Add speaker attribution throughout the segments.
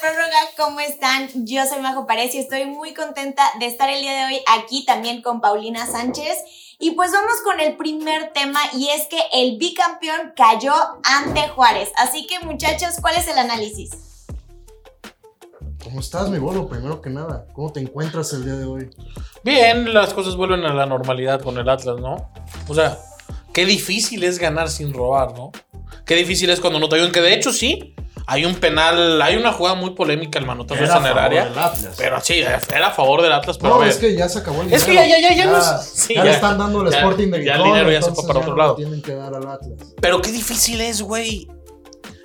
Speaker 1: prórroga, ¿cómo están? Yo soy Majo Párez y estoy muy contenta de estar el día de hoy aquí también con Paulina Sánchez. Y pues vamos con el primer tema y es que el bicampeón cayó ante Juárez. Así que muchachos, ¿cuál es el análisis?
Speaker 2: ¿Cómo estás, mi bolo? Primero que nada, ¿cómo te encuentras el día de hoy?
Speaker 3: Bien, las cosas vuelven a la normalidad con el Atlas, ¿no? O sea, qué difícil es ganar sin robar, ¿no? Qué difícil es cuando no te ayudan, que de hecho sí, hay un penal, hay una jugada muy polémica, el manotazo
Speaker 2: Era
Speaker 3: ese
Speaker 2: a
Speaker 3: en el
Speaker 2: favor
Speaker 3: área.
Speaker 2: del Atlas.
Speaker 3: Pero sí, era a favor del Atlas, pero a
Speaker 2: No,
Speaker 3: ver.
Speaker 2: es que ya se acabó el
Speaker 3: Es que
Speaker 2: dinero.
Speaker 3: ya- ya- ya no es- sí,
Speaker 2: ya le
Speaker 3: ya.
Speaker 2: están dando el
Speaker 3: Ya-
Speaker 2: Sporting de
Speaker 3: ya el
Speaker 2: Gijón,
Speaker 3: dinero ya se fue
Speaker 2: entonces
Speaker 3: para
Speaker 2: ya
Speaker 3: otro
Speaker 2: no
Speaker 3: lado.
Speaker 2: lo tienen que dar al Atlas.
Speaker 3: Pero qué difícil es, güey.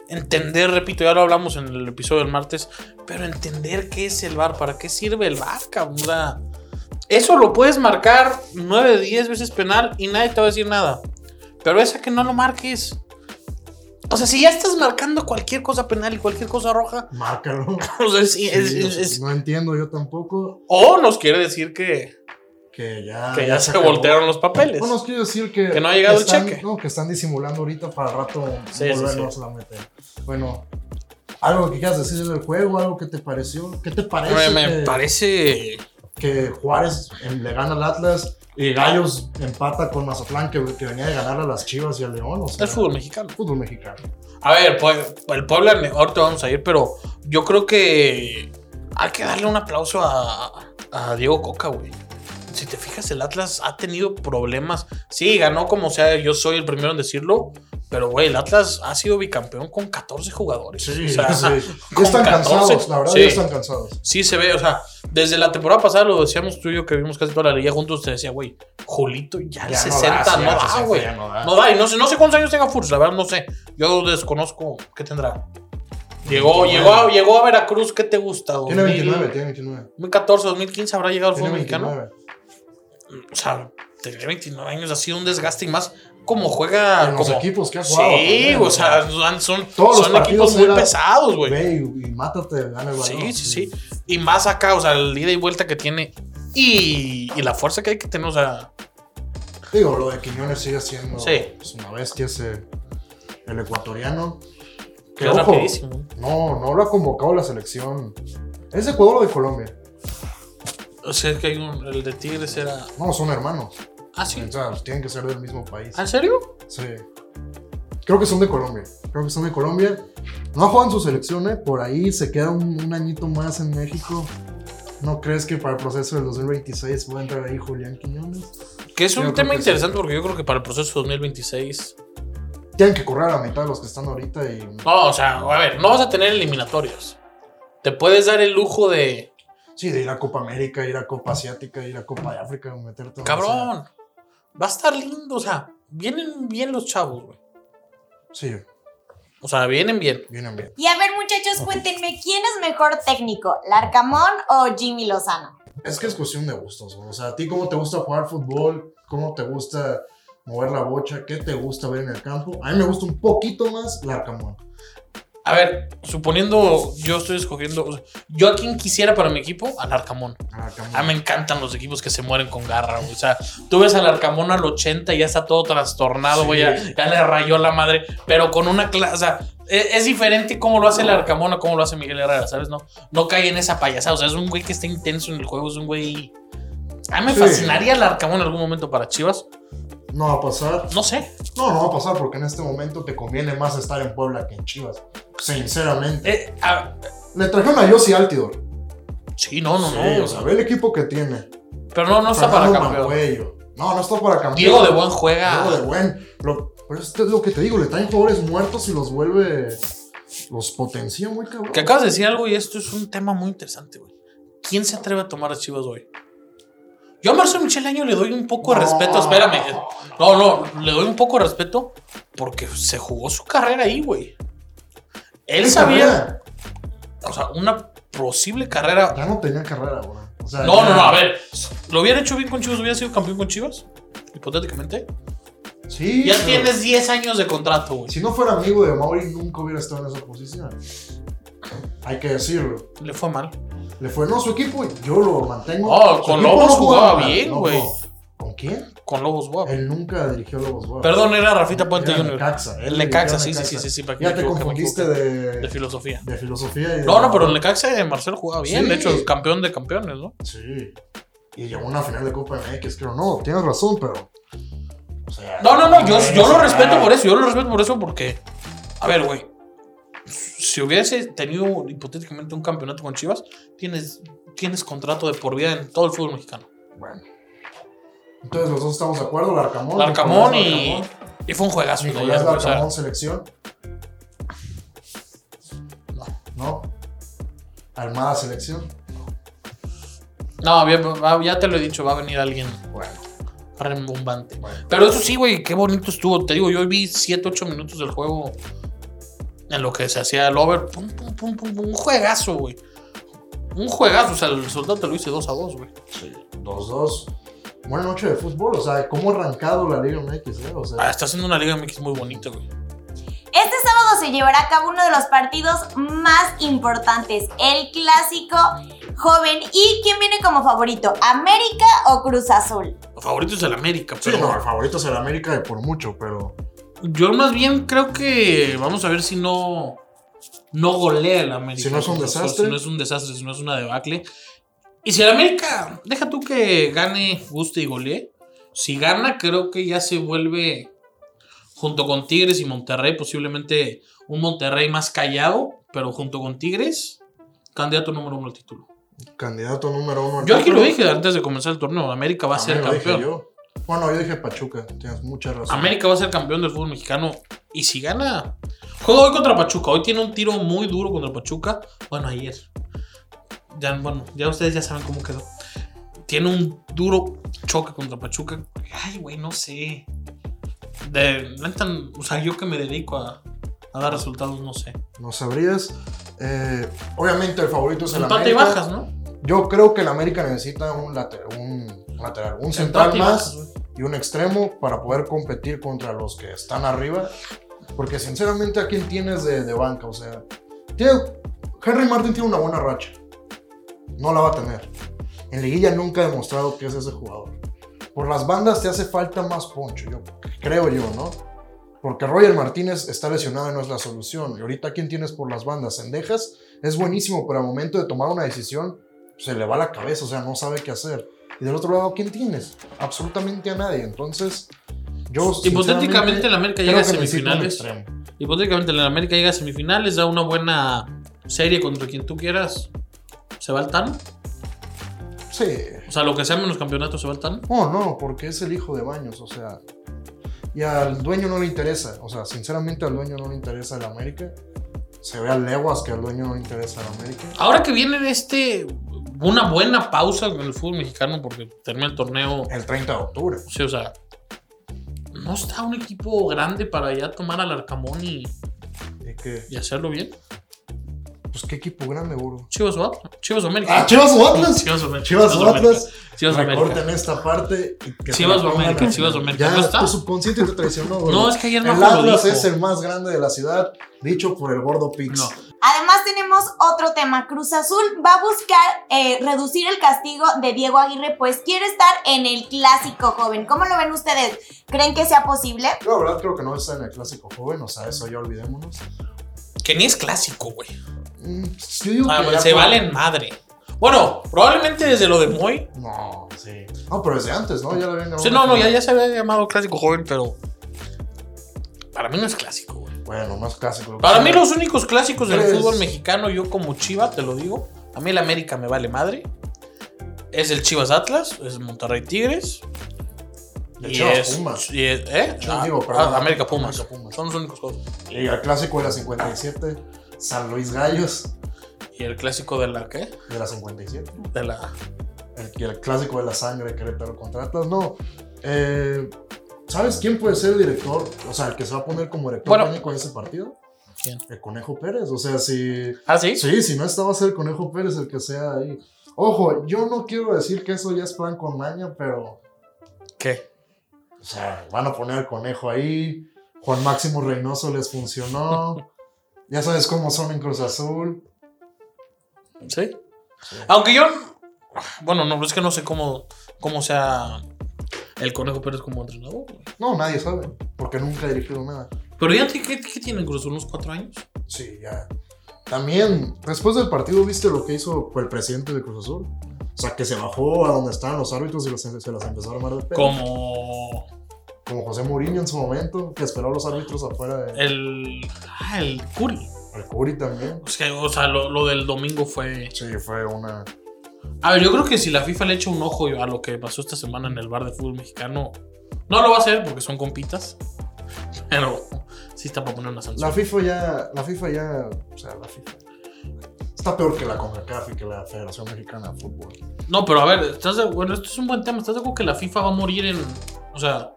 Speaker 3: Entender, repito, ya lo hablamos en el episodio del martes, pero entender qué es el bar, para qué sirve el bar, cabrón. O sea, Eso lo puedes marcar 9, 10 veces penal y nadie te va a decir nada. Pero esa que no lo marques. O sea, si ya estás marcando cualquier cosa penal y cualquier cosa roja,
Speaker 2: Márcalo.
Speaker 3: o sea, sí, es-
Speaker 2: Sí,
Speaker 3: es- es-
Speaker 2: No entiendo yo tampoco
Speaker 3: o nos quiere decir que,
Speaker 2: que Ah, ya.
Speaker 3: que ya se
Speaker 2: acabó.
Speaker 3: voltearon los papeles.
Speaker 2: Bueno, os quiero decir que.
Speaker 3: Que no ha llegado el
Speaker 2: están-
Speaker 3: cheque.
Speaker 2: No, que están disimulando ahorita para rato
Speaker 3: Sí, sí,
Speaker 2: volvernos a meter. Bueno, algo que quieras decir del juego, algo que te pareció. ¿Qué te parece?
Speaker 3: me, me
Speaker 2: que-
Speaker 3: parece.
Speaker 2: que Juárez eh, le gana al Atlas y Gallos empata con Mazatlán que, que venía de ganar a las Chivas y al León. O sea,
Speaker 3: Es fútbol mexicano.
Speaker 2: fútbol mexicano.
Speaker 3: A ver, pues el Puebla, ahorita vamos a ir, pero yo creo que hay que darle un aplauso a, a Diego Coca, güey. Si te fijas, el Atlas ha tenido problemas. Sí, ganó como sea, yo soy el primero en decirlo, pero güey, el Atlas ha sido bicampeón con 14 jugadores.
Speaker 2: Sí,
Speaker 3: O sea,
Speaker 2: sí. Ya
Speaker 3: con
Speaker 2: están
Speaker 3: 14,
Speaker 2: cansados, la verdad,
Speaker 3: sí.
Speaker 2: ya están cansados.
Speaker 3: Sí se ve, o sea, desde la temporada pasada lo decíamos tú y yo que vimos casi toda la liga juntos, te decía, güey, Julito ya el
Speaker 2: Ya no
Speaker 3: 60
Speaker 2: da,
Speaker 3: no
Speaker 2: ya el
Speaker 3: da,
Speaker 2: 60
Speaker 3: güey.
Speaker 2: ya no da.
Speaker 3: No da, y no sé, no sé cuántos años tenga Furs, la verdad no sé. Yo desconozco qué tendrá. Llegó,
Speaker 2: Bueno.
Speaker 3: llegó, a, llegó a Veracruz, ¿qué te gusta?
Speaker 2: Tiene
Speaker 3: 2000,
Speaker 2: 29, tiene 29.
Speaker 3: 2014, 2015 habrá llegado al
Speaker 2: Tiene
Speaker 3: fútbol mexicano.
Speaker 2: 29.
Speaker 3: O sea, tener 29 años ha sido un desgaste y más como juega
Speaker 2: En los
Speaker 3: Ah, como
Speaker 2: equipos que ha
Speaker 3: Sí,
Speaker 2: jugado. también,
Speaker 3: o sea, son, son
Speaker 2: Todos los partidos
Speaker 3: equipos muy
Speaker 2: era-
Speaker 3: pesados, güey.
Speaker 2: Ve y, y mátate, gana el balón.
Speaker 3: Sí, sí, sí. Y más acá, o sea, el ida y vuelta que tiene y, y la fuerza que hay que tener, o sea,
Speaker 2: Digo, lo de Quiñones sigue siendo
Speaker 3: Sí.
Speaker 2: pues, una bestia ese, el ecuatoriano.
Speaker 3: que
Speaker 2: Que,
Speaker 3: es
Speaker 2: ojo,
Speaker 3: rapidísimo.
Speaker 2: No, no lo ha convocado la selección. ¿Es de Ecuador o de Colombia?
Speaker 3: O sea, que hay un, el de Tigres era.
Speaker 2: No, son hermanos.
Speaker 3: Ah, sí. ¿Ah,
Speaker 2: O sea, pues, tienen que ser del mismo país.
Speaker 3: ¿En serio?
Speaker 2: Sí. Creo que son de Colombia. Creo que son de Colombia. No juegan sus selecciones. Por ahí se queda un, un añito más en México. ¿No crees que para el proceso del 2026 pueda entrar ahí Julián Quiñones?
Speaker 3: Que es
Speaker 2: Yo
Speaker 3: un
Speaker 2: creo
Speaker 3: tema
Speaker 2: que sí.
Speaker 3: interesante porque yo creo que para el proceso 2026.
Speaker 2: Tienen que correr a la mitad de los que están ahorita y.
Speaker 3: No, o sea, a ver, no vas a tener eliminatorias. Te puedes dar el lujo de.
Speaker 2: Sí, de ir a Copa América, ir a Copa Asiática, ir a Copa de África, meterte. donde sea.
Speaker 3: Cabrón. Va a estar lindo, o sea, vienen bien los chavos, güey.
Speaker 2: Sí,
Speaker 3: O sea, vienen bien.
Speaker 2: vienen bien.
Speaker 1: Y a ver muchachos, cuéntenme, ¿quién es mejor técnico, Larcamón o Jimmy Lozano?
Speaker 2: Es que es cuestión de gustos, güey. O sea, a ti cómo te gusta jugar fútbol, cómo te gusta mover la bocha, qué te gusta ver en el campo. A mí me gusta un poquito más la Arcamón.
Speaker 3: A ver, suponiendo yo estoy escogiendo. o sea, yo a quien quisiera para mi equipo, al Arcamón.
Speaker 2: La Arcamón.
Speaker 3: A mí Ah, me encantan los equipos que se mueren con garra, güey. O sea, tú ves al Arcamón al 80 y ya está todo trastornado,
Speaker 2: Sí.
Speaker 3: güey. Ya, ya le rayó la madre, pero con una clase. O sea, es, es diferente cómo lo hace el Arcamón a cómo lo hace Miguel Herrera, ¿sabes? No, no cae en esa payasada. O sea, es un güey que está intenso en el juego, es un güey. A mí me
Speaker 2: Sí.
Speaker 3: fascinaría el Arcamón en algún momento para Chivas.
Speaker 2: No va a pasar.
Speaker 3: No sé.
Speaker 2: No, no va a pasar porque en este momento te conviene más estar en Puebla que en Chivas. Sinceramente.
Speaker 3: Eh, ah,
Speaker 2: Le trajeron a Yossi Altidor.
Speaker 3: sí, no, no,
Speaker 2: Sí,
Speaker 3: no.
Speaker 2: o sea, ve el equipo que tiene.
Speaker 3: pero no, no está para
Speaker 2: Fernando
Speaker 3: campeón.
Speaker 2: Mancuello. No, no está para campeón.
Speaker 3: Diego de buen juega.
Speaker 2: Diego de buen. Lo- pero esto es lo que te digo, le traen jugadores muertos y los vuelve. Los potencia muy cabrón.
Speaker 3: Que acabas de decir algo y esto es un tema muy interesante, güey. ¿Quién se atreve a tomar a Chivas hoy? Yo a Marcelo Michel Año le doy un poco de
Speaker 2: No.
Speaker 3: respeto, espérame. No, no, le doy un poco de respeto porque se jugó su carrera ahí, güey. Él
Speaker 2: Tiene
Speaker 3: sabía,
Speaker 2: carrera.
Speaker 3: o sea, una posible carrera.
Speaker 2: Ya no tenía carrera, güey. O sea,
Speaker 3: No,
Speaker 2: ya-
Speaker 3: no, no, a ver. ¿Lo hubiera hecho bien con Chivas? ¿Hubiera sido campeón con Chivas? Hipotéticamente.
Speaker 2: Sí.
Speaker 3: Ya
Speaker 2: pero
Speaker 3: tienes 10 años de contrato, güey.
Speaker 2: Si no fuera amigo de Mauri, nunca hubiera estado en esa posición. Hay que decirlo.
Speaker 3: Le fue mal.
Speaker 2: Le fue, no, su equipo, yo lo mantengo.
Speaker 3: No,
Speaker 2: Su
Speaker 3: con
Speaker 2: equipo
Speaker 3: Lobos jugaba
Speaker 2: mal,
Speaker 3: bien,
Speaker 2: no,
Speaker 3: güey.
Speaker 2: no. Con quién?
Speaker 3: con Lobos Guap.
Speaker 2: Él nunca dirigió Lobos Guap.
Speaker 3: Perdón, era Rafita Puente
Speaker 2: Era
Speaker 3: Jr.
Speaker 2: Necaxa.
Speaker 3: El
Speaker 2: Él dirigió
Speaker 3: Necaxa, sí, sí,
Speaker 2: Necaxa.
Speaker 3: sí, sí, sí, para que
Speaker 2: Ya
Speaker 3: me
Speaker 2: te
Speaker 3: equivoque, me
Speaker 2: confundiste
Speaker 3: equivoque.
Speaker 2: de,
Speaker 3: de filosofía.
Speaker 2: de filosofía. y de-
Speaker 3: No, no, pero el Necaxa de Marcelo jugaba bien,
Speaker 2: Sí.
Speaker 3: de hecho, campeón de campeones, ¿no?
Speaker 2: Sí. Y llegó a una final de Copa MX, creo. No, tienes razón, pero. o sea,
Speaker 3: No, no, no, yo, yo lo
Speaker 2: es-
Speaker 3: respeto por eso, yo lo respeto por eso porque, a ver, güey, si hubiese tenido hipotéticamente un campeonato con Chivas, tienes, tienes contrato de por vida en todo el fútbol mexicano.
Speaker 2: Bueno. Entonces, nosotros estamos de acuerdo, Larcamón.
Speaker 3: Larcamón
Speaker 2: Nicolás
Speaker 3: y,
Speaker 2: Larcamón.
Speaker 3: y fue un juegazo. ¿no?
Speaker 2: Nicolás
Speaker 3: Ya, o sea,
Speaker 2: Larcamón, selección.
Speaker 3: No.
Speaker 2: No. Armada, selección.
Speaker 3: no, ya, va- ya te lo he dicho, va a venir alguien
Speaker 2: Bueno,
Speaker 3: rembombante.
Speaker 2: bueno.
Speaker 3: Pero eso sí, güey, qué bonito estuvo. Te digo, yo vi 7, 8 minutos del juego en lo que se hacía el over. Pum, pum, pum, pum, pum, un juegazo, güey. Un juegazo, o sea, el resultado te lo hice 2 a 2, güey.
Speaker 2: 2-2. Buena noche de fútbol. O sea, ¿cómo ha arrancado la Liga MX? eh? O
Speaker 3: Ah,
Speaker 2: sea,
Speaker 3: está haciendo una Liga MX muy bonita, güey.
Speaker 1: Este sábado se llevará a cabo uno de los partidos más importantes, el clásico joven. ¿Y quién viene como favorito? ¿América o Cruz Azul?
Speaker 3: Los favoritos es el América,
Speaker 2: sí,
Speaker 3: pero
Speaker 2: no, el favorito es el América y por mucho, pero.
Speaker 3: yo más bien creo que vamos a ver si no no golea el América.
Speaker 2: Si no es un
Speaker 3: O sea,
Speaker 2: desastre.
Speaker 3: Si no es un desastre, si no es una debacle. Y si el América, deja tú que gane, guste y golee. Si gana, creo que ya se vuelve junto con Tigres y Monterrey, posiblemente un Monterrey más callado, pero junto con Tigres, candidato número uno al título.
Speaker 2: Candidato número uno. al
Speaker 3: Yo aquí lo
Speaker 2: título.
Speaker 3: dije antes de comenzar el torneo, América va a ser
Speaker 2: También lo dije
Speaker 3: campeón.
Speaker 2: yo. Bueno, yo dije Pachuca, tienes mucha razón.
Speaker 3: América va a ser campeón del fútbol mexicano. Y si gana. Juega hoy contra Pachuca. Hoy tiene un tiro muy duro contra Pachuca. Bueno, ayer. Ya, bueno, ya ustedes ya saben cómo quedó. Tiene un duro choque contra Pachuca. Ay, güey, no sé. De, neta, o sea, yo que me dedico a, a dar resultados, no sé.
Speaker 2: No sabrías. Eh, obviamente el favorito es Pues el
Speaker 3: Empate y
Speaker 2: América.
Speaker 3: bajas, ¿no?
Speaker 2: Yo creo que el América necesita un, later- un lateral, un central
Speaker 3: Empate y
Speaker 2: más
Speaker 3: bajas, güey.
Speaker 2: y un extremo para poder competir contra los que están arriba. Porque sinceramente, ¿a quién tienes de, de banca? O sea, tiene- Henry Martin tiene una buena racha. No la va a tener. En Liguilla nunca ha demostrado que es ese jugador. Por las bandas te hace falta más poncho, yo creo yo, ¿no? Porque Roger Martínez está lesionado y no es la solución. Y ahorita, ¿quién tienes por las bandas? Sendejas es buenísimo, pero al momento de tomar una decisión, se le va la cabeza, o sea, no sabe qué hacer. Y del otro lado, ¿quién tienes? Absolutamente a nadie. Entonces, yo.
Speaker 3: Hipotéticamente,
Speaker 2: sinceramente,
Speaker 3: el América
Speaker 2: creo
Speaker 3: llega a
Speaker 2: que necesita un
Speaker 3: semifinales.
Speaker 2: extremo.
Speaker 3: Hipotéticamente, el América llega a semifinales, da una buena serie contra quien tú quieras. ¿Se va el Tano?
Speaker 2: Sí.
Speaker 3: O sea, lo que sea menos campeonato se va el Tano.
Speaker 2: Oh, no, porque es el hijo de Baños, o sea. Y al dueño no le interesa, o sea, sinceramente al dueño no le interesa el América. Se ve a leguas que al dueño no le interesa el América.
Speaker 3: Ahora que viene de este. Una buena pausa en el fútbol mexicano porque termina el torneo.
Speaker 2: El 30 de octubre.
Speaker 3: Sí, o sea. No está un equipo grande para ya tomar al Arcamón y,
Speaker 2: Y que,
Speaker 3: y hacerlo bien.
Speaker 2: pues qué equipo grande, bro.
Speaker 3: Chivas o Atlas. Chivas o América.
Speaker 2: ¡Ah, Chivas o Atlas!
Speaker 3: Chivas o América.
Speaker 2: Chivas o
Speaker 3: América.
Speaker 2: Atlas,
Speaker 3: Chivas o América.
Speaker 2: recorten esta parte. y que
Speaker 3: Chivas
Speaker 2: se la
Speaker 3: o
Speaker 2: pongan
Speaker 3: América,
Speaker 2: a-
Speaker 3: Chivas o América. ¿No
Speaker 2: Ya
Speaker 3: está?
Speaker 2: tu subconsciente te traicionó, bro.
Speaker 3: No, es que ayer no
Speaker 2: el
Speaker 3: me lo
Speaker 2: Atlas
Speaker 3: dijo.
Speaker 2: es el más grande de la ciudad, dicho por el gordo Pix.
Speaker 3: No.
Speaker 1: Además tenemos otro tema, Cruz Azul va a buscar eh, reducir el castigo de Diego Aguirre, pues quiere estar en el clásico joven. ¿Cómo lo ven ustedes? ¿Creen que sea posible?
Speaker 2: Yo, la verdad, creo que no está en el clásico joven, o sea, eso ya olvidémonos.
Speaker 3: Que ni es clásico, güey.
Speaker 2: Mm, yo digo
Speaker 3: Ah,
Speaker 2: que ya
Speaker 3: se
Speaker 2: por-
Speaker 3: valen madre. Bueno, probablemente desde lo de Moy.
Speaker 2: No, sí. No, pero desde antes, ¿no? Ya lo habían ganado.
Speaker 3: Sí, no, no, ya, ya se había llamado clásico joven, pero. Para mí no es clásico, güey.
Speaker 2: Bueno, más clásico.
Speaker 3: Para mí los únicos clásicos del
Speaker 2: Tres.
Speaker 3: fútbol mexicano, yo como Chiva, te lo digo, a mí el América me vale madre. Es el Chivas Atlas, es el Monterrey Tigres.
Speaker 2: De
Speaker 3: y
Speaker 2: Chivas
Speaker 3: es-
Speaker 2: Pumas.
Speaker 3: y es- ¿Eh?
Speaker 2: Chivas,
Speaker 3: Ah,
Speaker 2: digo,
Speaker 3: ah,
Speaker 2: perdón,
Speaker 3: América Pumas.
Speaker 2: América Pumas.
Speaker 3: Son los únicos cosas.
Speaker 2: Y el clásico de la 57, San Luis Gallos
Speaker 3: Y el clásico de la qué?
Speaker 2: de la 57.
Speaker 3: De la.
Speaker 2: El, y el clásico de la sangre, Querétaro contra Atlas. No. Eh, ¿Sabes quién puede ser el director? O sea, el que se va a poner como director
Speaker 3: Bueno.
Speaker 2: técnico de ese partido.
Speaker 3: ¿Quién?
Speaker 2: El Conejo Pérez. O sea, si.
Speaker 3: Ah, sí.
Speaker 2: Sí, si no estaba a ser Conejo Pérez el que sea ahí. Ojo, yo no quiero decir que eso ya es plan con maña, pero.
Speaker 3: ¿Qué?
Speaker 2: O sea, van a poner al conejo ahí. Juan Máximo Reynoso les funcionó. Ya sabes cómo son en Cruz Azul.
Speaker 3: Sí. Aunque yo. Bueno, no, es que no sé cómo, cómo sea el Conejo Pérez como entrenador. güey.
Speaker 2: No, nadie sabe, porque nunca ha dirigido nada.
Speaker 3: Pero ya, ¿qué, qué, qué tiene Cruz Azul? ¿Unos cuatro años?
Speaker 2: Sí, ya. También, después del partido, ¿viste lo que hizo el presidente de Cruz Azul? O sea, que se bajó a donde estaban los árbitros y los- em, se las empezó a armar de pedo.
Speaker 3: Como
Speaker 2: Como José Mourinho en su momento, que esperó a los árbitros afuera de...
Speaker 3: el. Ah, el Curi.
Speaker 2: Al Curi también.
Speaker 3: O sea, o sea, lo, lo del domingo fue.
Speaker 2: Sí, fue una...
Speaker 3: A ver, yo creo que si la FIFA le echa un ojo a lo que pasó esta semana en el bar de fútbol mexicano, no lo va a hacer porque son compitas. Pero sí está para poner una sanción.
Speaker 2: La FIFA ya... La FIFA ya... O sea, la FIFA... Está peor que la CONCACAF y que la Federación Mexicana de Fútbol.
Speaker 3: No, pero a ver, estás de- bueno, esto es un buen tema. ¿Estás de acuerdo que la FIFA va a morir en. O sea,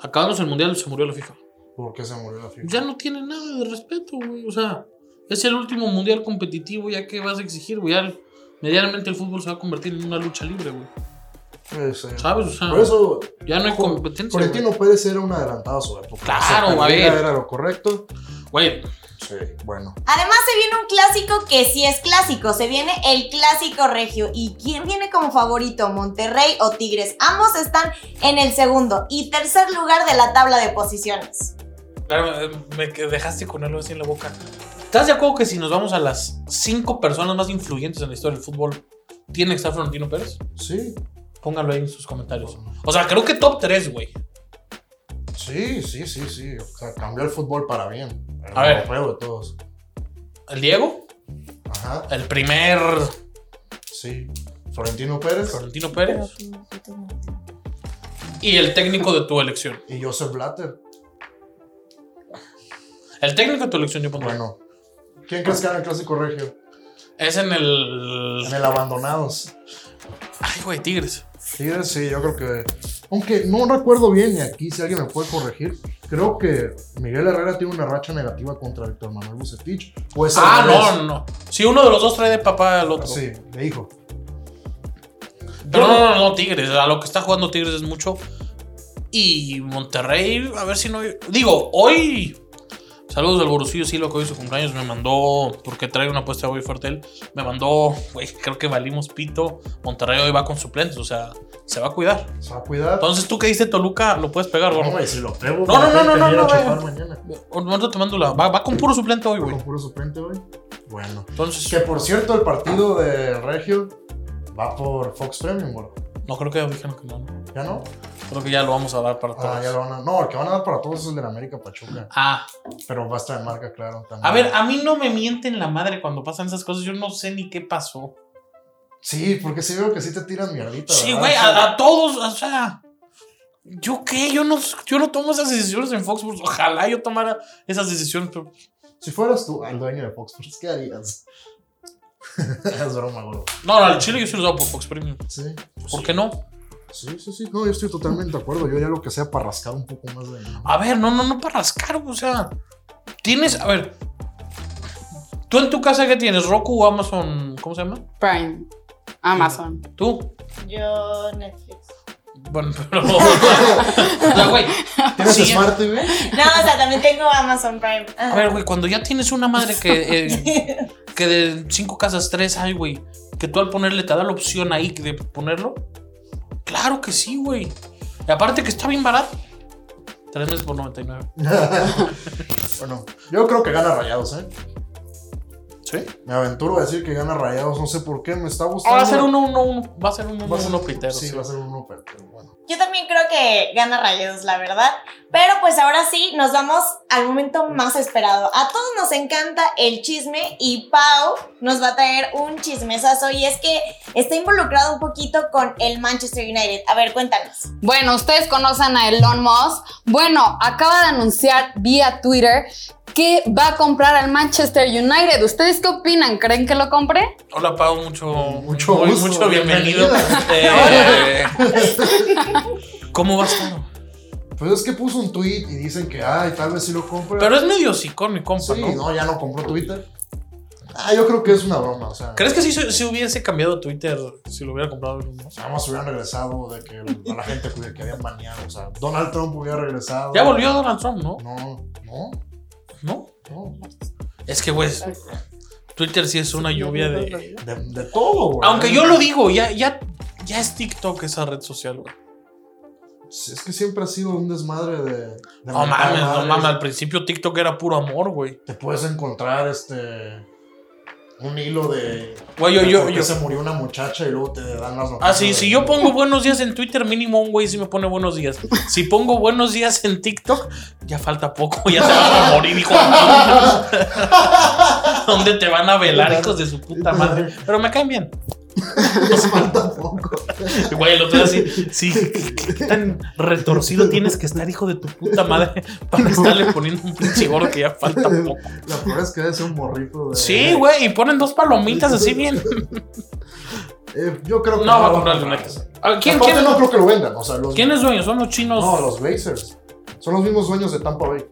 Speaker 3: acabamos el mundial y se murió la FIFA?
Speaker 2: ¿Por qué se murió la FIFA?
Speaker 3: Ya no tiene nada de respeto, güey. O sea, es el último mundial competitivo. ¿Ya qué vas a exigir, güey? Ya el- medianamente el fútbol se va a convertir en una lucha libre, güey.
Speaker 2: Pues, eh,
Speaker 3: ¿Sabes? O sea,
Speaker 2: Por eso,
Speaker 3: ya no hay
Speaker 2: Cor-
Speaker 3: competencia. güey.
Speaker 2: Florentino Pérez era un adelantado a su época.
Speaker 3: Claro,
Speaker 2: O sea,
Speaker 3: a ver.
Speaker 2: Pereira Era lo correcto.
Speaker 3: Güey,
Speaker 2: Sí, bueno.
Speaker 1: Además se viene un clásico que sí es clásico, se viene el clásico regio. ¿Y quién viene como favorito? ¿Monterrey o Tigres? Ambos están en el segundo y tercer lugar de la tabla de posiciones.
Speaker 3: Claro, eh, me que- dejaste con algo así en la boca. ¿Estás de acuerdo que si nos vamos a las cinco personas más influyentes en la historia del fútbol, tiene que estar Florentino Pérez?
Speaker 2: Sí,
Speaker 3: Pónganlo ahí en sus comentarios. O sea, creo que top 3, güey.
Speaker 2: sí, sí, sí, sí. O sea, cambió el fútbol para bien. El
Speaker 3: A ver.
Speaker 2: europeo de todos.
Speaker 3: El Diego,
Speaker 2: Ajá,
Speaker 3: el primer
Speaker 2: sí. Florentino Pérez
Speaker 3: Florentino Pérez y el técnico de tu elección.
Speaker 2: y Joseph Blatter.
Speaker 3: El técnico de tu elección, yo pongo.
Speaker 2: Bueno. ¿Quién crees que era el clásico regio?
Speaker 3: Es en el.
Speaker 2: En el Abandonados.
Speaker 3: Ay, güey, Tigres.
Speaker 2: Tigres, sí, yo creo que. Aunque no recuerdo bien, y aquí si alguien me puede corregir, creo que Miguel Herrera tiene una racha negativa contra Víctor Manuel Bucetich. Pues al
Speaker 3: Ah,
Speaker 2: revés.
Speaker 3: no, no. Si uno de los dos trae de papá al otro.
Speaker 2: Sí, le dijo.
Speaker 3: Pero no, no, no, no, Tigres. A lo que está jugando Tigres es mucho. Y Monterrey, a ver si no. Digo, hoy. Saludos al Borucillo Silva que hoy es su cumpleaños. Me mandó, porque trae una apuesta hoy fuerte él. Me mandó, güey, creo que valimos pito. Monterrey hoy va con suplentes, o sea, se va a cuidar.
Speaker 2: Se va a cuidar.
Speaker 3: Entonces tú que diste Toluca, lo puedes pegar,
Speaker 2: No,
Speaker 3: güey.
Speaker 2: güey, si lo pego.
Speaker 3: No, no, no, no, no, no,
Speaker 2: chupar
Speaker 3: güey.
Speaker 2: mañana.
Speaker 3: Ahorita te mando la. Va, va con puro suplente hoy, güey.
Speaker 2: Con puro suplente, güey. Bueno. Que
Speaker 3: Entonces,
Speaker 2: por cierto, el partido de Regio va por Fox Premium, güey.
Speaker 3: no creo que dijeron que no, no.
Speaker 2: ¿Ya no?
Speaker 3: Creo que ya lo vamos a dar para todos.
Speaker 2: Ah, ya lo van a. No, el que van a dar para todos es el de la América Pachuca.
Speaker 3: ah,
Speaker 2: Pero va a estar en marca, claro. También.
Speaker 3: A ver, ah. a mí no me mienten la madre cuando pasan esas cosas. Yo no sé ni qué pasó.
Speaker 2: Sí, porque sí veo que sí te tiran mierdita.
Speaker 3: Sí,
Speaker 2: ¿verdad?
Speaker 3: güey, a, a todos, o sea. ¿Yo qué? Yo no, yo no tomo esas decisiones en Fox Sports. Ojalá yo tomara esas decisiones, pero
Speaker 2: Si fueras tú el dueño de Fox, Sports, ¿qué harías? es broma, güey.
Speaker 3: No, no, al Chile yo sí los hago por Fox Premium.
Speaker 2: Sí.
Speaker 3: ¿Por qué no?
Speaker 2: Sí, sí, sí. No, yo estoy totalmente de acuerdo. Yo haría lo que sea para rascar un poco más de.
Speaker 3: A ver, no, no, no para rascar, o sea. Tienes, a ver. ¿Tú en tu casa qué tienes? ¿Roku o Amazon? ¿Cómo se llama?
Speaker 4: Prime. Amazon.
Speaker 3: ¿Tú?
Speaker 1: Yo Netflix.
Speaker 3: Bueno, pero. o sea, güey.
Speaker 2: ¿Tienes
Speaker 3: sí,
Speaker 2: Smart TV?
Speaker 1: No, o sea, también tengo Amazon Prime.
Speaker 3: A ver, güey, cuando ya tienes una madre que, eh, que de cinco casas tres hay, güey, que tú al ponerle te da la opción ahí de ponerlo. Claro que sí, güey. Y aparte que está bien barato. Tres meses por 99.
Speaker 2: bueno, yo creo que gana Rayados, ¿eh?
Speaker 3: ¿Sí?
Speaker 2: Me aventuro a decir que gana Rayados, no sé por qué, me está gustando.
Speaker 3: Ah, va a ser uno, uno, uno. Va a ser uno,
Speaker 2: Va a
Speaker 3: uno,
Speaker 2: ser-
Speaker 3: uno pitero.
Speaker 2: Sí,
Speaker 3: Sí,
Speaker 2: va a ser uno, pero pero bueno.
Speaker 1: Yo también creo que gana Rayados, la verdad. Pero pues ahora sí, nos vamos al momento más esperado. A todos nos encanta el chisme y Pau nos va a traer un chismesazo y es que está involucrado un poquito con el Manchester United. A ver, cuéntanos.
Speaker 4: Bueno, ustedes conocen a Elon Musk. Bueno, acaba de anunciar vía Twitter que va a comprar al Manchester United. ¿Ustedes qué opinan? ¿Creen que lo compre?
Speaker 3: Hola, Pau, mucho.
Speaker 2: Mucho
Speaker 3: muy-
Speaker 2: gusto,
Speaker 3: Mucho bienvenido. Eh, ¿Cómo vas, Pau?
Speaker 2: Pues es que puso un tweet y dicen que, ay, tal vez sí lo compre.
Speaker 3: Pero es medio hocicón, mi compa,
Speaker 2: sí,
Speaker 3: ¿no?
Speaker 2: no, ya no compró Twitter. Ah, yo creo que es una broma, o sea.
Speaker 3: ¿Crees que si, si hubiese cambiado Twitter, si lo hubiera comprado Elon Musk?
Speaker 2: o sea, Además hubieran regresado de que a la gente que, que habían baneado, o sea, Donald Trump hubiera regresado.
Speaker 3: Ya volvió Donald Trump, ¿no?
Speaker 2: No, no,
Speaker 3: ¿No?
Speaker 2: no.
Speaker 3: Es que, güey, Twitter sí es una lluvia de...
Speaker 2: De, de todo, güey.
Speaker 3: Aunque yo lo digo, ya, ya, ya es TikTok esa red social, güey.
Speaker 2: Es que siempre ha sido un desmadre de. de
Speaker 3: No
Speaker 2: mentar
Speaker 3: mames, no
Speaker 2: madres.
Speaker 3: mames. Al principio TikTok era puro amor, güey.
Speaker 2: Te puedes encontrar este. Un hilo de.
Speaker 3: Güey, yo,
Speaker 2: de
Speaker 3: yo,
Speaker 2: por qué
Speaker 3: yo.
Speaker 2: Se murió una muchacha y luego te dan las noticias.
Speaker 3: Ah, sí,
Speaker 2: de-
Speaker 3: si yo pongo buenos días en Twitter, mínimo un güey sí me pone buenos días. Si pongo buenos días en TikTok, ya falta poco, ya se van a morir, hijo de puta. ¿Dónde te van a velar, hijos de su puta madre? Pero me caen bien.
Speaker 2: Les falta poco.
Speaker 3: Güey, el otro día sí, sí, ¿qué- qué tan retorcido tienes que estar, hijo de tu puta madre, para estarle poniendo un pinche gordo que ya falta poco.
Speaker 2: La peor es que debe ser un morrito de.
Speaker 3: Sí, güey, y ponen dos palomitas así bien.
Speaker 2: Eh, yo creo que.
Speaker 3: No, va a
Speaker 2: comprar
Speaker 3: comprar el Nexus. Ah, ¿Quién,
Speaker 2: Aparte,
Speaker 3: quién,
Speaker 2: no creo que lo vendan. O sea, los,
Speaker 3: quién es dueño? Son los chinos.
Speaker 2: No, los Blazers. Son los mismos dueños de Tampa Bay.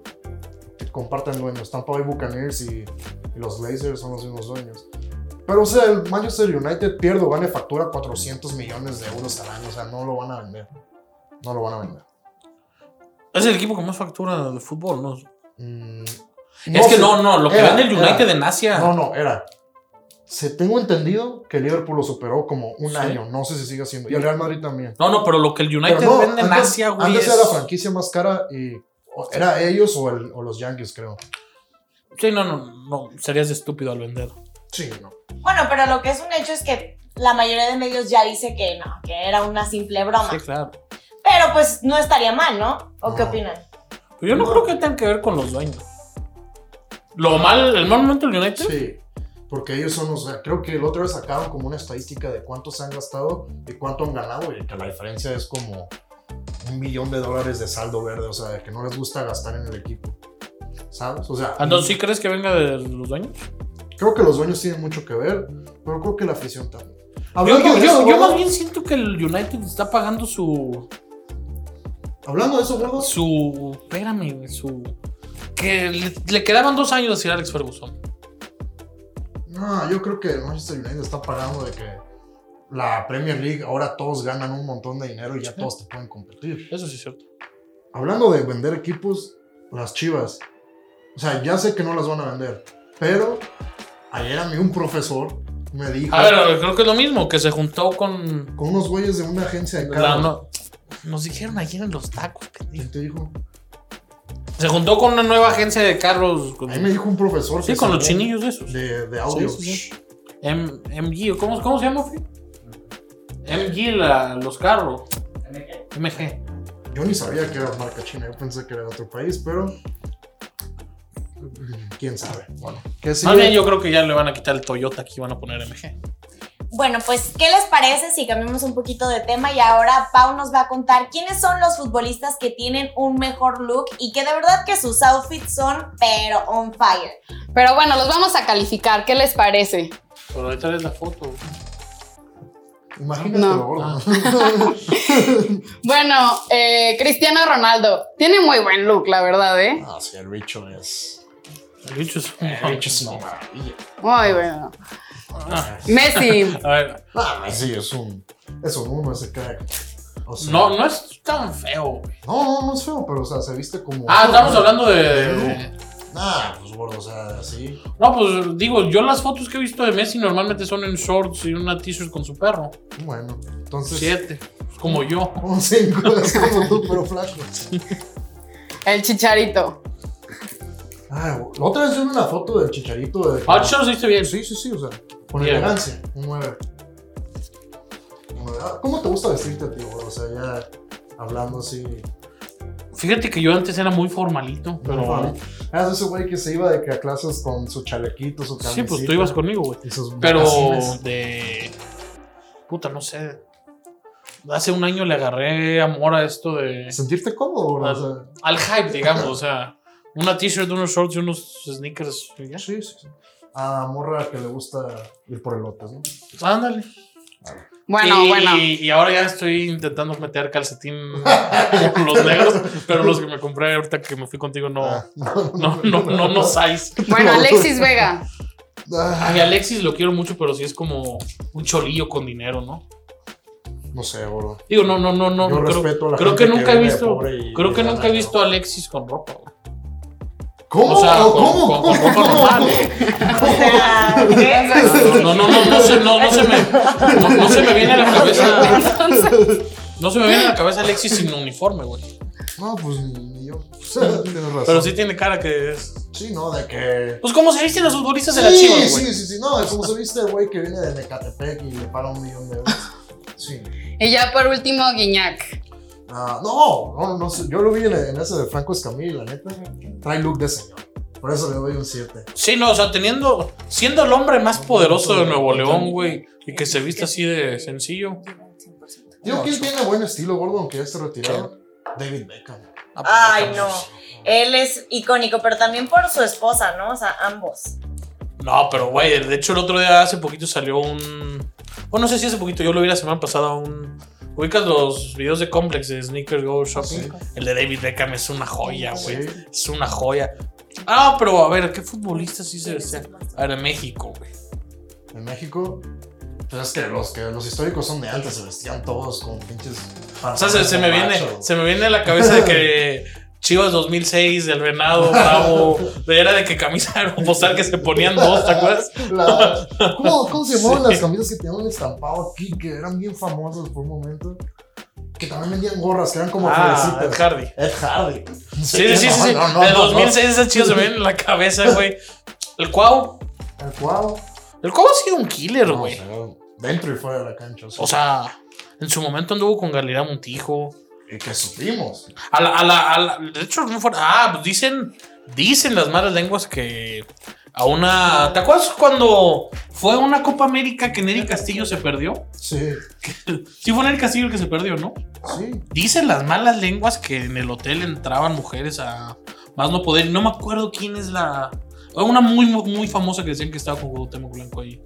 Speaker 2: Que comparten dueños. Tampa Bay Buccaneers y, y los Blazers son los mismos dueños. Pero, o sea, el Manchester United pierde o gane factura 400 millones de euros al año. O sea, no lo van a vender. No lo van a vender.
Speaker 3: Es el equipo que más factura de fútbol, ¿no?
Speaker 2: Mm,
Speaker 3: es que
Speaker 2: sé.
Speaker 3: no, no, lo que
Speaker 2: Era,
Speaker 3: vende el United
Speaker 2: era.
Speaker 3: en Asia.
Speaker 2: No, no, era. Se tengo entendido que Liverpool lo superó como un
Speaker 3: Sí.
Speaker 2: año. No sé si sigue siendo. Y el Real Madrid también.
Speaker 3: No, no, pero lo que el United
Speaker 2: Pero no,
Speaker 3: vende en
Speaker 2: antes-
Speaker 3: Asia, güey.
Speaker 2: Antes
Speaker 3: es-
Speaker 2: era la franquicia más cara y o- era ellos o, el- o los Yankees, creo.
Speaker 3: Sí, no, no, no. Serías estúpido al vender.
Speaker 2: Sí, no.
Speaker 1: Bueno, pero lo que es un hecho es que la mayoría de medios ya dice que no, que era una simple broma.
Speaker 3: Sí, claro.
Speaker 1: Pero pues no estaría mal, ¿no? ¿O qué
Speaker 2: No.
Speaker 1: opinan?
Speaker 3: Pero yo no, creo que tenga que ver con los dueños. Lo mal, el mal momento del United.
Speaker 2: Sí, porque ellos son, o sea, creo que el otro vez sacaron como una estadística de cuánto se han gastado y cuánto han ganado, y que la diferencia es como un millón de dólares de saldo verde, o sea, de que no les gusta gastar en el equipo. ¿Sabes? O sea,
Speaker 3: Ah, Entonces, ¿sí crees que venga de los dueños?
Speaker 2: creo que los dueños tienen mucho que ver, pero creo que la afición también.
Speaker 3: Yo, yo,
Speaker 2: de
Speaker 3: yo-
Speaker 2: eso,
Speaker 3: yo
Speaker 2: gordo,
Speaker 3: más bien siento que el United está pagando su.
Speaker 2: hablando de eso, gordo,
Speaker 3: Su. Espérame, güey, su. Que le, le quedaban dos años a Sir Alex Ferguson.
Speaker 2: no, yo creo que el Manchester United está pagando de que la Premier League ahora todos ganan un montón de dinero y ya todos te pueden competir.
Speaker 3: Eso sí es cierto.
Speaker 2: Hablando de vender equipos, las chivas. O sea, ya sé que no las van a vender. Pero ayer a mí un profesor me dijo
Speaker 3: A ver, creo que es lo mismo, que se juntó con.
Speaker 2: con unos güeyes de una agencia de
Speaker 3: La-
Speaker 2: carros.
Speaker 3: no- nos dijeron ayer en los tacos,
Speaker 2: Y
Speaker 3: pendejo.
Speaker 2: te dijo.
Speaker 3: Se juntó con una nueva agencia de carros.
Speaker 2: A
Speaker 3: con-
Speaker 2: mí me dijo un profesor.
Speaker 3: sí,
Speaker 2: que
Speaker 3: con
Speaker 2: se-
Speaker 3: los chinillos esos.
Speaker 2: De, de audio.
Speaker 3: Sí, sí, sí. M- MG, ¿cómo, cómo se llama, Fe? MG, la- los carros. MG.
Speaker 2: Yo ni sabía que era marca china. Yo pensé que era de otro país, pero. Quién sabe. Bueno, ¿qué
Speaker 3: Más bien,
Speaker 2: sigue?
Speaker 3: yo creo que ya le van a quitar el Toyota aquí van a poner MG.
Speaker 1: Bueno, pues, ¿qué les parece si cambiamos un poquito de tema y ahora Pau nos va a contar quiénes son los futbolistas que tienen un mejor look y que de verdad que sus outfits son pero on fire?
Speaker 4: Pero bueno, los vamos a calificar. ¿Qué les parece?
Speaker 3: Pero ahorita es la foto.
Speaker 2: Imagínate,
Speaker 4: No.
Speaker 2: gordo.
Speaker 3: Ah.
Speaker 4: Bueno, eh, Cristiano Ronaldo tiene muy buen look, la verdad, ¿eh?
Speaker 2: Ah, sí, el bicho es. Ah.
Speaker 3: El bicho es un-
Speaker 2: El bicho es una maravilla.
Speaker 4: Muy bueno.
Speaker 3: Ah.
Speaker 4: Messi.
Speaker 3: A ver,
Speaker 2: Ah, sí, es un. Es un uno ese crack. O sea,
Speaker 3: no, no es tan feo, güey.
Speaker 2: No, no, no es feo, pero o sea, se viste como.
Speaker 3: Ah, estamos hablando de.
Speaker 2: Nah, pues gordo, o sea, así.
Speaker 3: No, pues digo, yo las fotos que he visto de Messi normalmente son en shorts y una t-shirt con su perro.
Speaker 2: Bueno, entonces.
Speaker 3: Siete. Como yo.
Speaker 2: Un 5 es como tú, pero flaco.
Speaker 4: El chicharito.
Speaker 2: Ah, la otra vez vi una foto del chicharito de.
Speaker 3: Ah, el short se viste bien.
Speaker 2: Sí, sí, sí, o sea, con
Speaker 3: Bien.
Speaker 2: elegancia, un 9. Ah, ¿Cómo te gusta vestirte, tío? gordo? O sea, ya hablando así.
Speaker 3: Fíjate que yo antes era muy formalito, pero.
Speaker 2: Pero. Eras Ah, ese güey que se iba de que a clases con su chalequito, su camiseta.
Speaker 3: Sí, pues tú ibas conmigo, güey.
Speaker 2: y sus
Speaker 3: Pero
Speaker 2: mocasines.
Speaker 3: de. Puta, no sé. Hace un año le agarré amor a esto de.
Speaker 2: Sentirte cómodo, gordo, o sea.
Speaker 3: Al hype, digamos. O sea, una t-shirt, unos shorts y unos sneakers. y ya.
Speaker 2: Sí, sí, sí. A morra que le gusta ir por elotes, ¿no?
Speaker 3: Ándale.
Speaker 4: Bueno,
Speaker 3: y,
Speaker 4: bueno.
Speaker 3: Y ahora ya estoy intentando meter calcetín con los negros, pero los que me compré ahorita que me fui contigo no.
Speaker 2: Ah,
Speaker 3: No, no, no, no, size.
Speaker 4: Bueno, Alexis Vega.
Speaker 2: Ah,
Speaker 3: Ay, Alexis lo quiero mucho, pero sí es como un cholillo con dinero, ¿no?
Speaker 2: no sé, bro.
Speaker 3: Digo, no, no, no, no.
Speaker 2: Yo
Speaker 3: no creo-
Speaker 2: respeto a la
Speaker 3: creo
Speaker 2: gente
Speaker 3: que nunca he
Speaker 2: viene de
Speaker 3: visto.
Speaker 2: pobre y-
Speaker 3: Creo que
Speaker 2: y
Speaker 3: nunca
Speaker 2: gana,
Speaker 3: he
Speaker 2: ¿no?
Speaker 3: visto a Alexis con ropa. güey.
Speaker 2: ¿Cómo?
Speaker 3: O sea, con,
Speaker 2: ¿Cómo?
Speaker 3: con- con ropa normal. ¿eh? güey.
Speaker 1: O sea, ¿qué?
Speaker 3: No, no, no, no, no, se, no, no se me, no, no se me viene a la cabeza. No se me viene a la cabeza Alexis sin uniforme, güey.
Speaker 2: No, pues ni, ni yo. Tienes razón.
Speaker 3: Pero sí tiene cara que es.
Speaker 2: Sí, no, de que.
Speaker 3: Pues como se visten los futbolistas de la
Speaker 2: sí,
Speaker 3: Chivas, güey.
Speaker 2: sí, sí, sí, no, es como se viste el güey que viene de Necatepec y le paga un millón de euros. Sí.
Speaker 4: Y ya por último, Guiñac.
Speaker 2: Ah, no, no, no sé, yo lo vi en, en ese de Franco Escamilla, la neta. Trae look de señor. Por eso le doy un 7.
Speaker 3: Sí, no, o sea, teniendo. Siendo el hombre más poderoso de Nuevo León, güey. Y que se viste así de sencillo.
Speaker 2: Digo, ¿quién tiene buen estilo, gordo, aunque ya esté retirado? David Beckham.
Speaker 3: Ah, pues,
Speaker 1: Ay, no.
Speaker 3: sacamos.
Speaker 1: Él es icónico, pero también por su esposa, ¿no? O sea, ambos.
Speaker 3: No, pero güey, de hecho el otro día hace poquito salió un. Bueno, no sé si hace poquito, yo lo vi la semana pasada un. Ubicas los videos de Complex de Sneaker Go Shopping.
Speaker 2: Sí.
Speaker 3: El de David Beckham es una joya, güey.
Speaker 2: Sí.
Speaker 3: Es una joya. Ah, pero a ver, ¿qué futbolista sí se desea? A ver, México, güey.
Speaker 2: En México. Pues es que los, que los históricos son de antes, se vestían todos con pinches.
Speaker 3: O sea, se, se me viene, se me viene a la cabeza de que Chivas 2006, del Venado, Bravo, de era de que camisa postal que se ponían dos, ¿te acuerdas?
Speaker 2: La- ¿cómo, cómo se llamaban las camisas que tenían un estampado aquí? Que eran bien famosas por un momento. Que también vendían gorras, que eran como
Speaker 3: Ah, Ed
Speaker 2: florecitas.
Speaker 3: Hardy.
Speaker 2: Ed Hardy.
Speaker 3: Sí, sí, sí,
Speaker 2: no,
Speaker 3: sí. sí.
Speaker 2: no, no,
Speaker 3: de
Speaker 2: no,
Speaker 3: 2006 esas chivas se me vienen en la cabeza, güey. El Cuau.
Speaker 2: no. El cuadro.
Speaker 3: El Cuau ha sido un killer,
Speaker 2: No,
Speaker 3: güey.
Speaker 2: pero dentro y fuera de la cancha.
Speaker 3: O sea, en su momento anduvo con Galilea Montijo.
Speaker 2: y que supimos.
Speaker 3: A la, a la, a la- de hecho, no fue. Ah, pues dicen, dicen las malas lenguas que a una. ¿Te acuerdas cuando fue una Copa América que Nery Castillo se perdió?
Speaker 2: Sí,
Speaker 3: Sí, fue Nery Castillo el que se perdió, ¿no?
Speaker 2: sí.
Speaker 3: Dicen las malas lenguas que en el hotel entraban mujeres a más no poder. No me acuerdo quién es la. Una muy, muy, muy famosa que decían que estaba con Cuauhtémoc Blanco ahí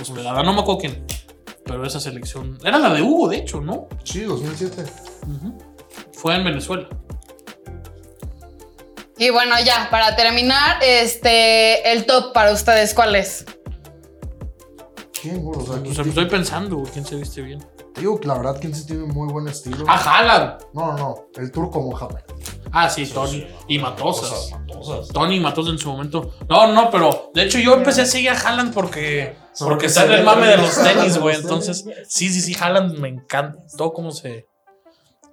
Speaker 3: hospedada. No me acuerdo quién. Pero esa selección. Era la de Hugo, de hecho, ¿no?
Speaker 2: Sí, 2007.
Speaker 3: Fue en Venezuela.
Speaker 4: Y bueno, ya, para terminar, este, el top para ustedes, ¿cuál es?
Speaker 2: ¿Quién, güey? O sea,
Speaker 3: Pues
Speaker 2: ¿quién-
Speaker 3: estoy pensando güey, quién se viste bien.
Speaker 2: Te digo que la verdad, quien sí tiene muy buen estilo.
Speaker 3: ¡Ah, Haaland!
Speaker 2: No, no, no. El turco Mohamed.
Speaker 3: Ah, sí, Tony. Y Matosas.
Speaker 2: Matosas.
Speaker 3: Tony Matos en su momento. No, no, pero de hecho yo empecé a seguir a Haaland porque,
Speaker 2: Sobre
Speaker 3: porque
Speaker 2: que
Speaker 3: está en
Speaker 2: se
Speaker 3: el
Speaker 2: ve
Speaker 3: mame de
Speaker 2: bien.
Speaker 3: los tenis, güey.
Speaker 2: Los
Speaker 3: Entonces, sí, sí, sí, Haaland me encantó cómo se.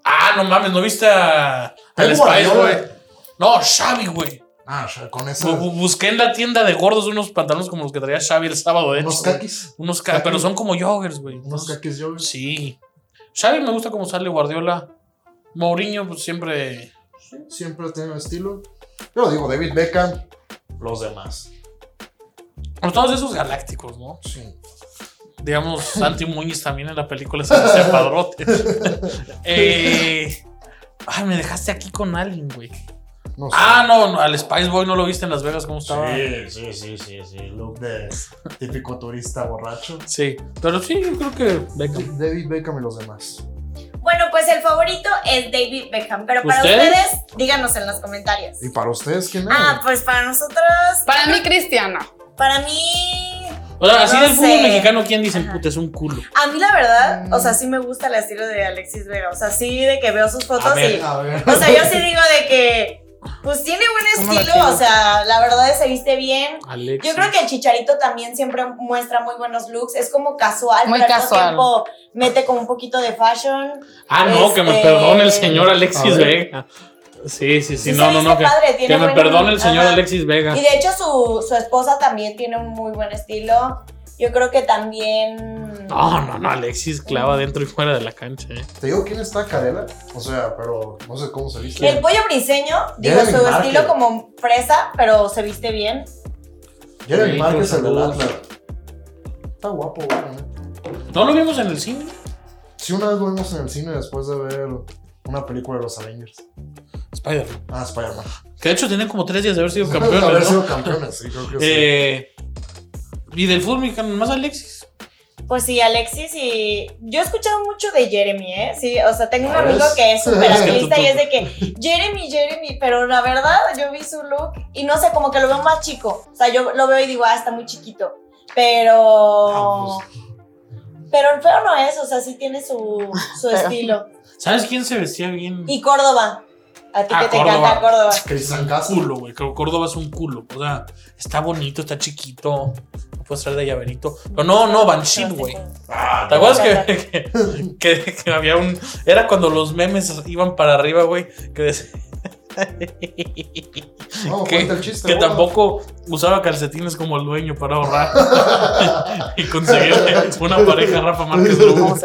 Speaker 3: Ah, no mames, ¿no viste a, al
Speaker 2: Pep
Speaker 3: Spice,
Speaker 2: Guardiola.
Speaker 3: güey? No, Xavi, güey.
Speaker 2: Ah, ya, con
Speaker 3: Bu-
Speaker 2: esos.
Speaker 3: bu- Busqué en la tienda de gordos unos pantalones como los que traía Xavi el sábado, de hecho.
Speaker 2: Unos
Speaker 3: güey.
Speaker 2: caquis.
Speaker 3: Unos ca-
Speaker 2: Kaki.
Speaker 3: pero son como joggers, güey.
Speaker 2: Unos caquis yo.
Speaker 3: Sí. Xavi me gusta cómo sale Guardiola. Mourinho, pues siempre.
Speaker 2: Siempre ha tenido estilo. Pero digo, David Beckham. Los demás.
Speaker 3: Bueno, Todos esos galácticos, ¿no?
Speaker 2: Sí.
Speaker 3: digamos, Santi Muñiz también en la película se hace padrote. Eh, ay, me dejaste aquí con alguien, güey.
Speaker 2: No sé.
Speaker 3: Ah, no, no, al Spice Boy no lo viste en Las Vegas, ¿cómo estaba? Sí.
Speaker 2: sí, sí, sí, sí. Look de típico turista borracho.
Speaker 3: pero sí, yo creo que Beckham.
Speaker 2: David Beckham y los demás.
Speaker 1: Bueno, pues el favorito es David Beckham, pero para
Speaker 3: ¿Ustedes?
Speaker 1: ustedes, díganos en los comentarios.
Speaker 2: ¿Y para ustedes quién es?
Speaker 1: Ah, pues para nosotros,
Speaker 4: Para mí, Cristiano.
Speaker 1: para mí,
Speaker 3: O sea, así
Speaker 1: No
Speaker 3: del fútbol
Speaker 1: sé.
Speaker 3: mexicano, ¿quién dicen?
Speaker 1: Ajá.
Speaker 3: Puta, es un culo.
Speaker 1: a mí la verdad,
Speaker 2: Mm.
Speaker 1: o sea, sí me gusta el estilo de Alexis Vega, o sea, sí de que veo sus fotos
Speaker 3: ver,
Speaker 1: y,
Speaker 2: A ver.
Speaker 1: o sea, yo sí digo de que, pues tiene
Speaker 4: ¿Cómo
Speaker 1: buen
Speaker 4: lo
Speaker 1: estilo,
Speaker 4: tiene?
Speaker 1: o sea, la verdad es que se viste bien.
Speaker 3: Alex.
Speaker 1: Yo creo que el Chicharito también siempre muestra muy buenos looks, es como casual,
Speaker 4: Muy
Speaker 1: pero al mismo
Speaker 4: casual.
Speaker 1: tiempo mete como un poquito de fashion.
Speaker 3: Ah, no, que me
Speaker 1: este-
Speaker 3: perdone el señor Alexis
Speaker 2: A ver.
Speaker 3: Vega. Sí, sí,
Speaker 1: Sí
Speaker 3: sí, no,
Speaker 1: se
Speaker 3: no, no,
Speaker 1: viste
Speaker 3: que,
Speaker 1: padre, tiene
Speaker 3: que me
Speaker 1: buen-
Speaker 3: perdone el señor
Speaker 1: ajá.
Speaker 3: Alexis Vega.
Speaker 1: Y de hecho su, su esposa también tiene un muy buen estilo. Yo creo que también...
Speaker 3: No, no, no, Alexis clava dentro y fuera de la cancha, eh.
Speaker 2: Te digo quién está Cadela. O sea, pero no sé cómo se viste.
Speaker 1: El pollo briseño, digo,
Speaker 2: Jeremy
Speaker 1: su
Speaker 2: Márquez.
Speaker 1: estilo como fresa, pero se viste bien.
Speaker 2: Jeremy
Speaker 3: Sí,
Speaker 2: Márquez, el del
Speaker 3: saludos.
Speaker 2: Atlas. Está guapo, güey. la neta.
Speaker 3: ¿No lo vimos en el cine?
Speaker 2: Sí, una vez lo vimos en el cine después de ver una película de los Avengers.
Speaker 3: Spider-Man.
Speaker 2: Ah, Spider-Man.
Speaker 3: Que de hecho tenían como tres días de haber sido
Speaker 2: Haber
Speaker 3: campeones, ¿no?
Speaker 2: sido campeones, sí, creo que sí.
Speaker 3: Eh, y del fútbol mexicano, más Alexis.
Speaker 1: Pues sí, Alexis y. Yo he escuchado mucho de Jeremy, ¿eh? Sí, o sea, tengo un
Speaker 2: ¿Sabes?
Speaker 1: amigo que es súper
Speaker 2: Es que
Speaker 1: atleta
Speaker 3: tú-
Speaker 1: y es de que Jeremy, Jeremy, pero la verdad, yo vi su look y no sé, como que lo veo más chico. O sea, yo lo veo y digo, ah, está muy chiquito. Pero.
Speaker 2: Ah,
Speaker 3: pues.
Speaker 1: Pero el feo no es, o sea, sí tiene su, su
Speaker 4: Pero-
Speaker 1: estilo.
Speaker 3: ¿Sabes quién se vestía bien?
Speaker 1: Y Córdoba. A ti
Speaker 3: A
Speaker 1: que te
Speaker 3: Ah, Córdoba.
Speaker 1: encanta Córdoba.
Speaker 2: Cristian
Speaker 3: un
Speaker 2: Castro.
Speaker 3: culo, güey. Creo que Córdoba es un culo. O sea, está bonito, está chiquito. Lo puedes traer de llaverito. Pero no, no, Banshee, güey.
Speaker 5: Ah,
Speaker 3: ¿Te acuerdas que, que, que- que había un. Era cuando los memes iban para arriba, güey. Que decía-
Speaker 2: No,
Speaker 3: que,
Speaker 2: cuenta el chiste.
Speaker 3: que
Speaker 2: gordo.
Speaker 3: tampoco usaba calcetines como el dueño para ahorrar y conseguir eh, una pareja Rafa Márquez Lugo.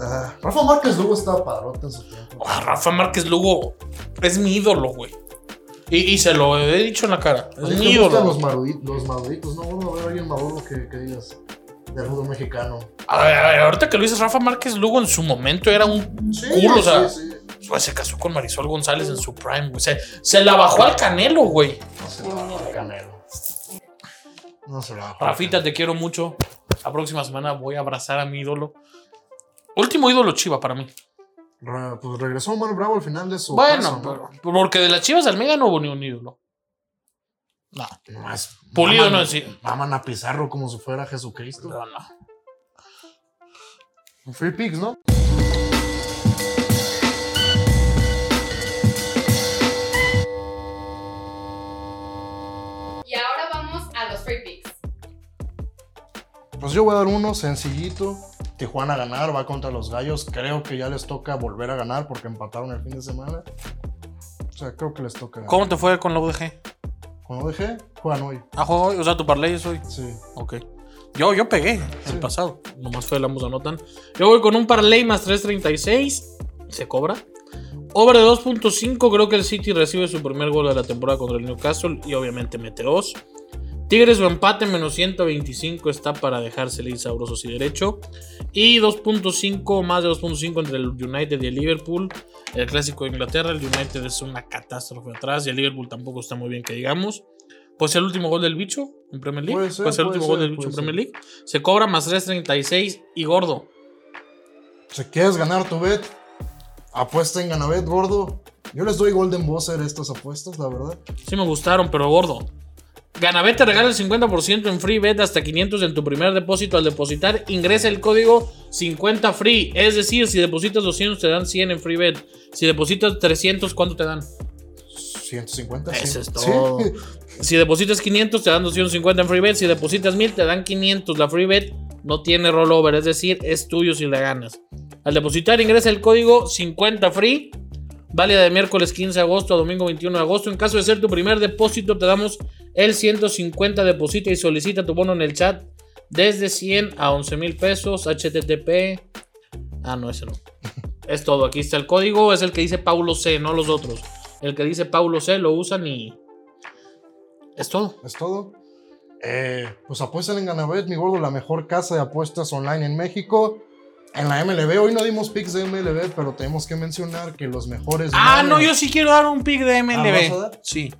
Speaker 2: Ah, Rafa Márquez Lugo estaba padrote en su tiempo.
Speaker 3: Ah, Rafa Márquez Lugo es mi ídolo, güey. Y, y se lo he dicho en la cara.
Speaker 2: A
Speaker 3: Es
Speaker 2: ti
Speaker 3: mi
Speaker 2: te gustan
Speaker 3: ídolo.
Speaker 2: los, marudi- los maruditos, ¿no? Bueno, a ver, alguien maduro que, que digas del fútbol mexicano.
Speaker 3: A ver, a ver, ahorita que lo dices, Rafa Márquez Lugo en su momento era un culo. O sea,
Speaker 2: sí, sí.
Speaker 3: pues, se casó con Marisol González en su prime, güey. Se, se la bajó al canelo, güey.
Speaker 2: No se la va a Canelo. No se la va a
Speaker 3: Rafita, te quiero mucho. La próxima semana voy a abrazar a mi ídolo. Último ídolo Chiva para mí.
Speaker 2: Ra- Pues regresó Omar Bravo al final de su. plazo,
Speaker 3: Bueno,
Speaker 2: ¿no?
Speaker 3: pero- porque de las Chivas de Almeida no hubo ni un ídolo. No,
Speaker 2: Nomás
Speaker 3: Pulido
Speaker 2: maman-
Speaker 3: no es- sí.
Speaker 2: Maman a Pizarro como si fuera Jesucristo.
Speaker 3: no, no.
Speaker 2: Free Pigs, ¿no?
Speaker 4: Y ahora vamos a los free picks.
Speaker 2: Pues yo voy a dar uno sencillito. Tijuana a ganar, va contra los Gallos. Creo que ya les toca volver a ganar porque empataron el fin de semana. O sea, creo que les toca ganar.
Speaker 3: ¿Cómo te fue con la UDG?
Speaker 2: Cuando dejé, juegan hoy.
Speaker 3: Ah, juego hoy, o sea, tu parlay es hoy.
Speaker 2: Sí.
Speaker 3: Ok. Yo, yo pegué el pasado. Nomás fue el ambos anotan. Yo voy con un parlay más 336. Se cobra. Over de 2.5. Creo que el City recibe su primer gol de la temporada contra el Newcastle. Y obviamente mete dos. Tigres o empate menos 125 está para dejársele ir sabrosos y derecho. Y 2.5, más de 2.5 entre el United y el Liverpool. El clásico de Inglaterra, el United es una catástrofe atrás y el Liverpool tampoco está muy bien que digamos. Pues el último gol del bicho en Premier League.
Speaker 2: Puede ser,
Speaker 3: Pues el
Speaker 2: puede
Speaker 3: último
Speaker 2: ser,
Speaker 3: gol del bicho
Speaker 2: puede
Speaker 3: en Premier League. Se cobra más 3.36 y gordo.
Speaker 2: Si quieres ganar tu bet, apuesta en Ganabet, gordo. Yo les doy Golden Buzzer estas apuestas, la verdad.
Speaker 3: Sí me gustaron, pero gordo. Ganabet te regala el 50% en free bet hasta 500 en tu primer depósito. Al depositar, ingresa el código 50 free. Es decir, si depositas 200 te dan 100 en free bet. Si depositas 300, ¿cuánto te dan?
Speaker 2: 150.
Speaker 3: Eso
Speaker 2: sí.
Speaker 3: es todo.
Speaker 2: Sí.
Speaker 3: Si depositas 500 te dan 250 en free bet. Si depositas 1000 te dan 500. La free bet no tiene rollover, es decir, es tuyo si la ganas. Al depositar ingresa el código 50 free. Válida de miércoles 15 de agosto a domingo 21 de agosto. En caso de ser tu primer depósito, te damos el 150 deposita y solicita tu bono en el chat desde 100 a 11 mil pesos. HTTP. Ah, no, ese no. Es todo. Aquí está el código. Es el que dice Paulo C, no los otros. El que dice Paulo C lo usan y. Es todo.
Speaker 2: Es todo. Eh, pues apuestan en Ganabet, mi gordo, la mejor casa de apuestas online en México. En la MLB, hoy no dimos picks de MLB, pero tenemos que mencionar que los mejores.
Speaker 3: Ah,
Speaker 2: momios-
Speaker 3: no, yo sí quiero dar un pick de
Speaker 2: Ah, ¿vas a dar?
Speaker 3: MLB. Sí.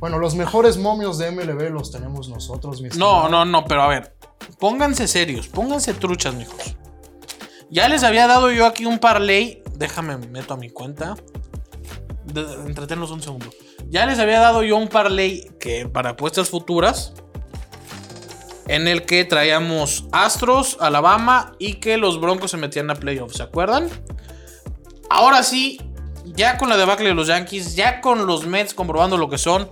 Speaker 2: Bueno, los mejores momios de MLB los tenemos nosotros, mis
Speaker 3: No, no, no, pero a ver. Pónganse serios, pónganse truchas, mijos. Ya les había dado yo aquí un parlay. Déjame, meto a mi cuenta. De- entretenlos un segundo. Ya les había dado yo un parlay que para apuestas futuras. En el que traíamos Astros, Alabama y que los Broncos se metían a playoffs, ¿se acuerdan? Ahora sí, ya con la debacle de los Yankees, ya con los Mets comprobando lo que son,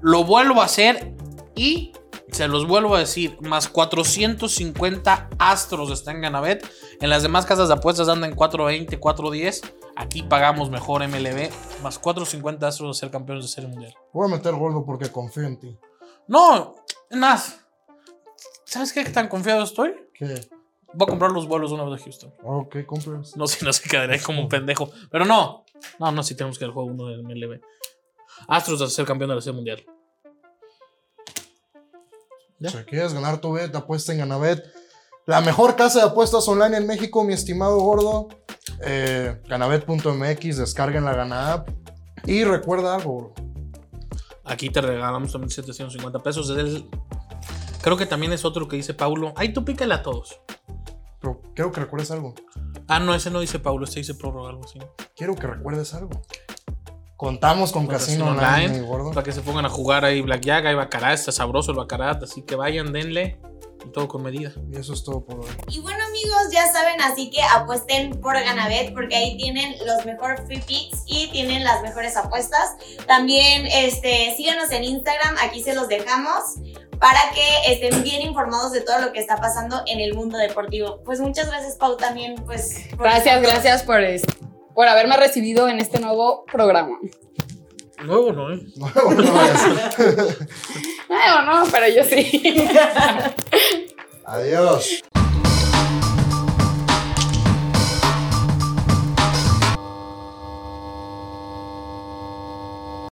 Speaker 3: lo vuelvo a hacer y se los vuelvo a decir, más 450 astros está en Ganabet. En las demás casas de apuestas andan en 420, 410. Aquí pagamos mejor MLB, más 450 astros de ser campeones de Serie Mundial.
Speaker 2: Voy a meter gordo porque confío en ti.
Speaker 3: No, es más, ¿sabes qué tan confiado estoy?
Speaker 2: ¿Qué?
Speaker 3: Voy a comprar los vuelos una vez de Houston.
Speaker 2: Ok, compras.
Speaker 3: No, si no se quedaría ahí como un pendejo. Pero no. No, no, si tenemos que ir al juego uno del MLB. Astros a ser campeón de la Serie Mundial. ¿Ya?
Speaker 2: Si quieres ganar tu bet, apuesta en Ganabet. La mejor casa de apuestas online en México, mi estimado gordo. Eh, ganabet.mx, descarguen la Gana App. Y recuerda algo, gordo.
Speaker 3: Aquí te regalamos también 750 pesos. Es el- Creo que también es otro que dice Paulo. Ay, tú pícale a todos.
Speaker 2: Pero quiero que recuerdes algo.
Speaker 3: Ah, no, ese no dice Paulo, este dice prórroga, algo así.
Speaker 2: Quiero que recuerdes algo. Contamos con,
Speaker 3: Con
Speaker 2: Casino,
Speaker 3: Casino
Speaker 2: Online,
Speaker 3: Online.
Speaker 2: mi gordo.
Speaker 3: Para que se pongan a jugar ahí Blackjack, hay Baccarat, está sabroso el Baccarat, así que vayan, denle y todo con medida.
Speaker 2: Y eso es todo por hoy.
Speaker 1: Y bueno amigos, ya saben, así que apuesten por Ganabet porque ahí tienen los mejores free picks y tienen las mejores apuestas. También este, síganos en Instagram, aquí se los dejamos para que estén bien informados de todo lo que está pasando en el mundo deportivo. Pues muchas gracias Pau también, pues. por-
Speaker 4: Gracias, gracias por, es- por haberme recibido en este nuevo programa.
Speaker 3: Luego no, ¿eh?
Speaker 4: Ay, o no, pero yo sí.
Speaker 2: Adiós.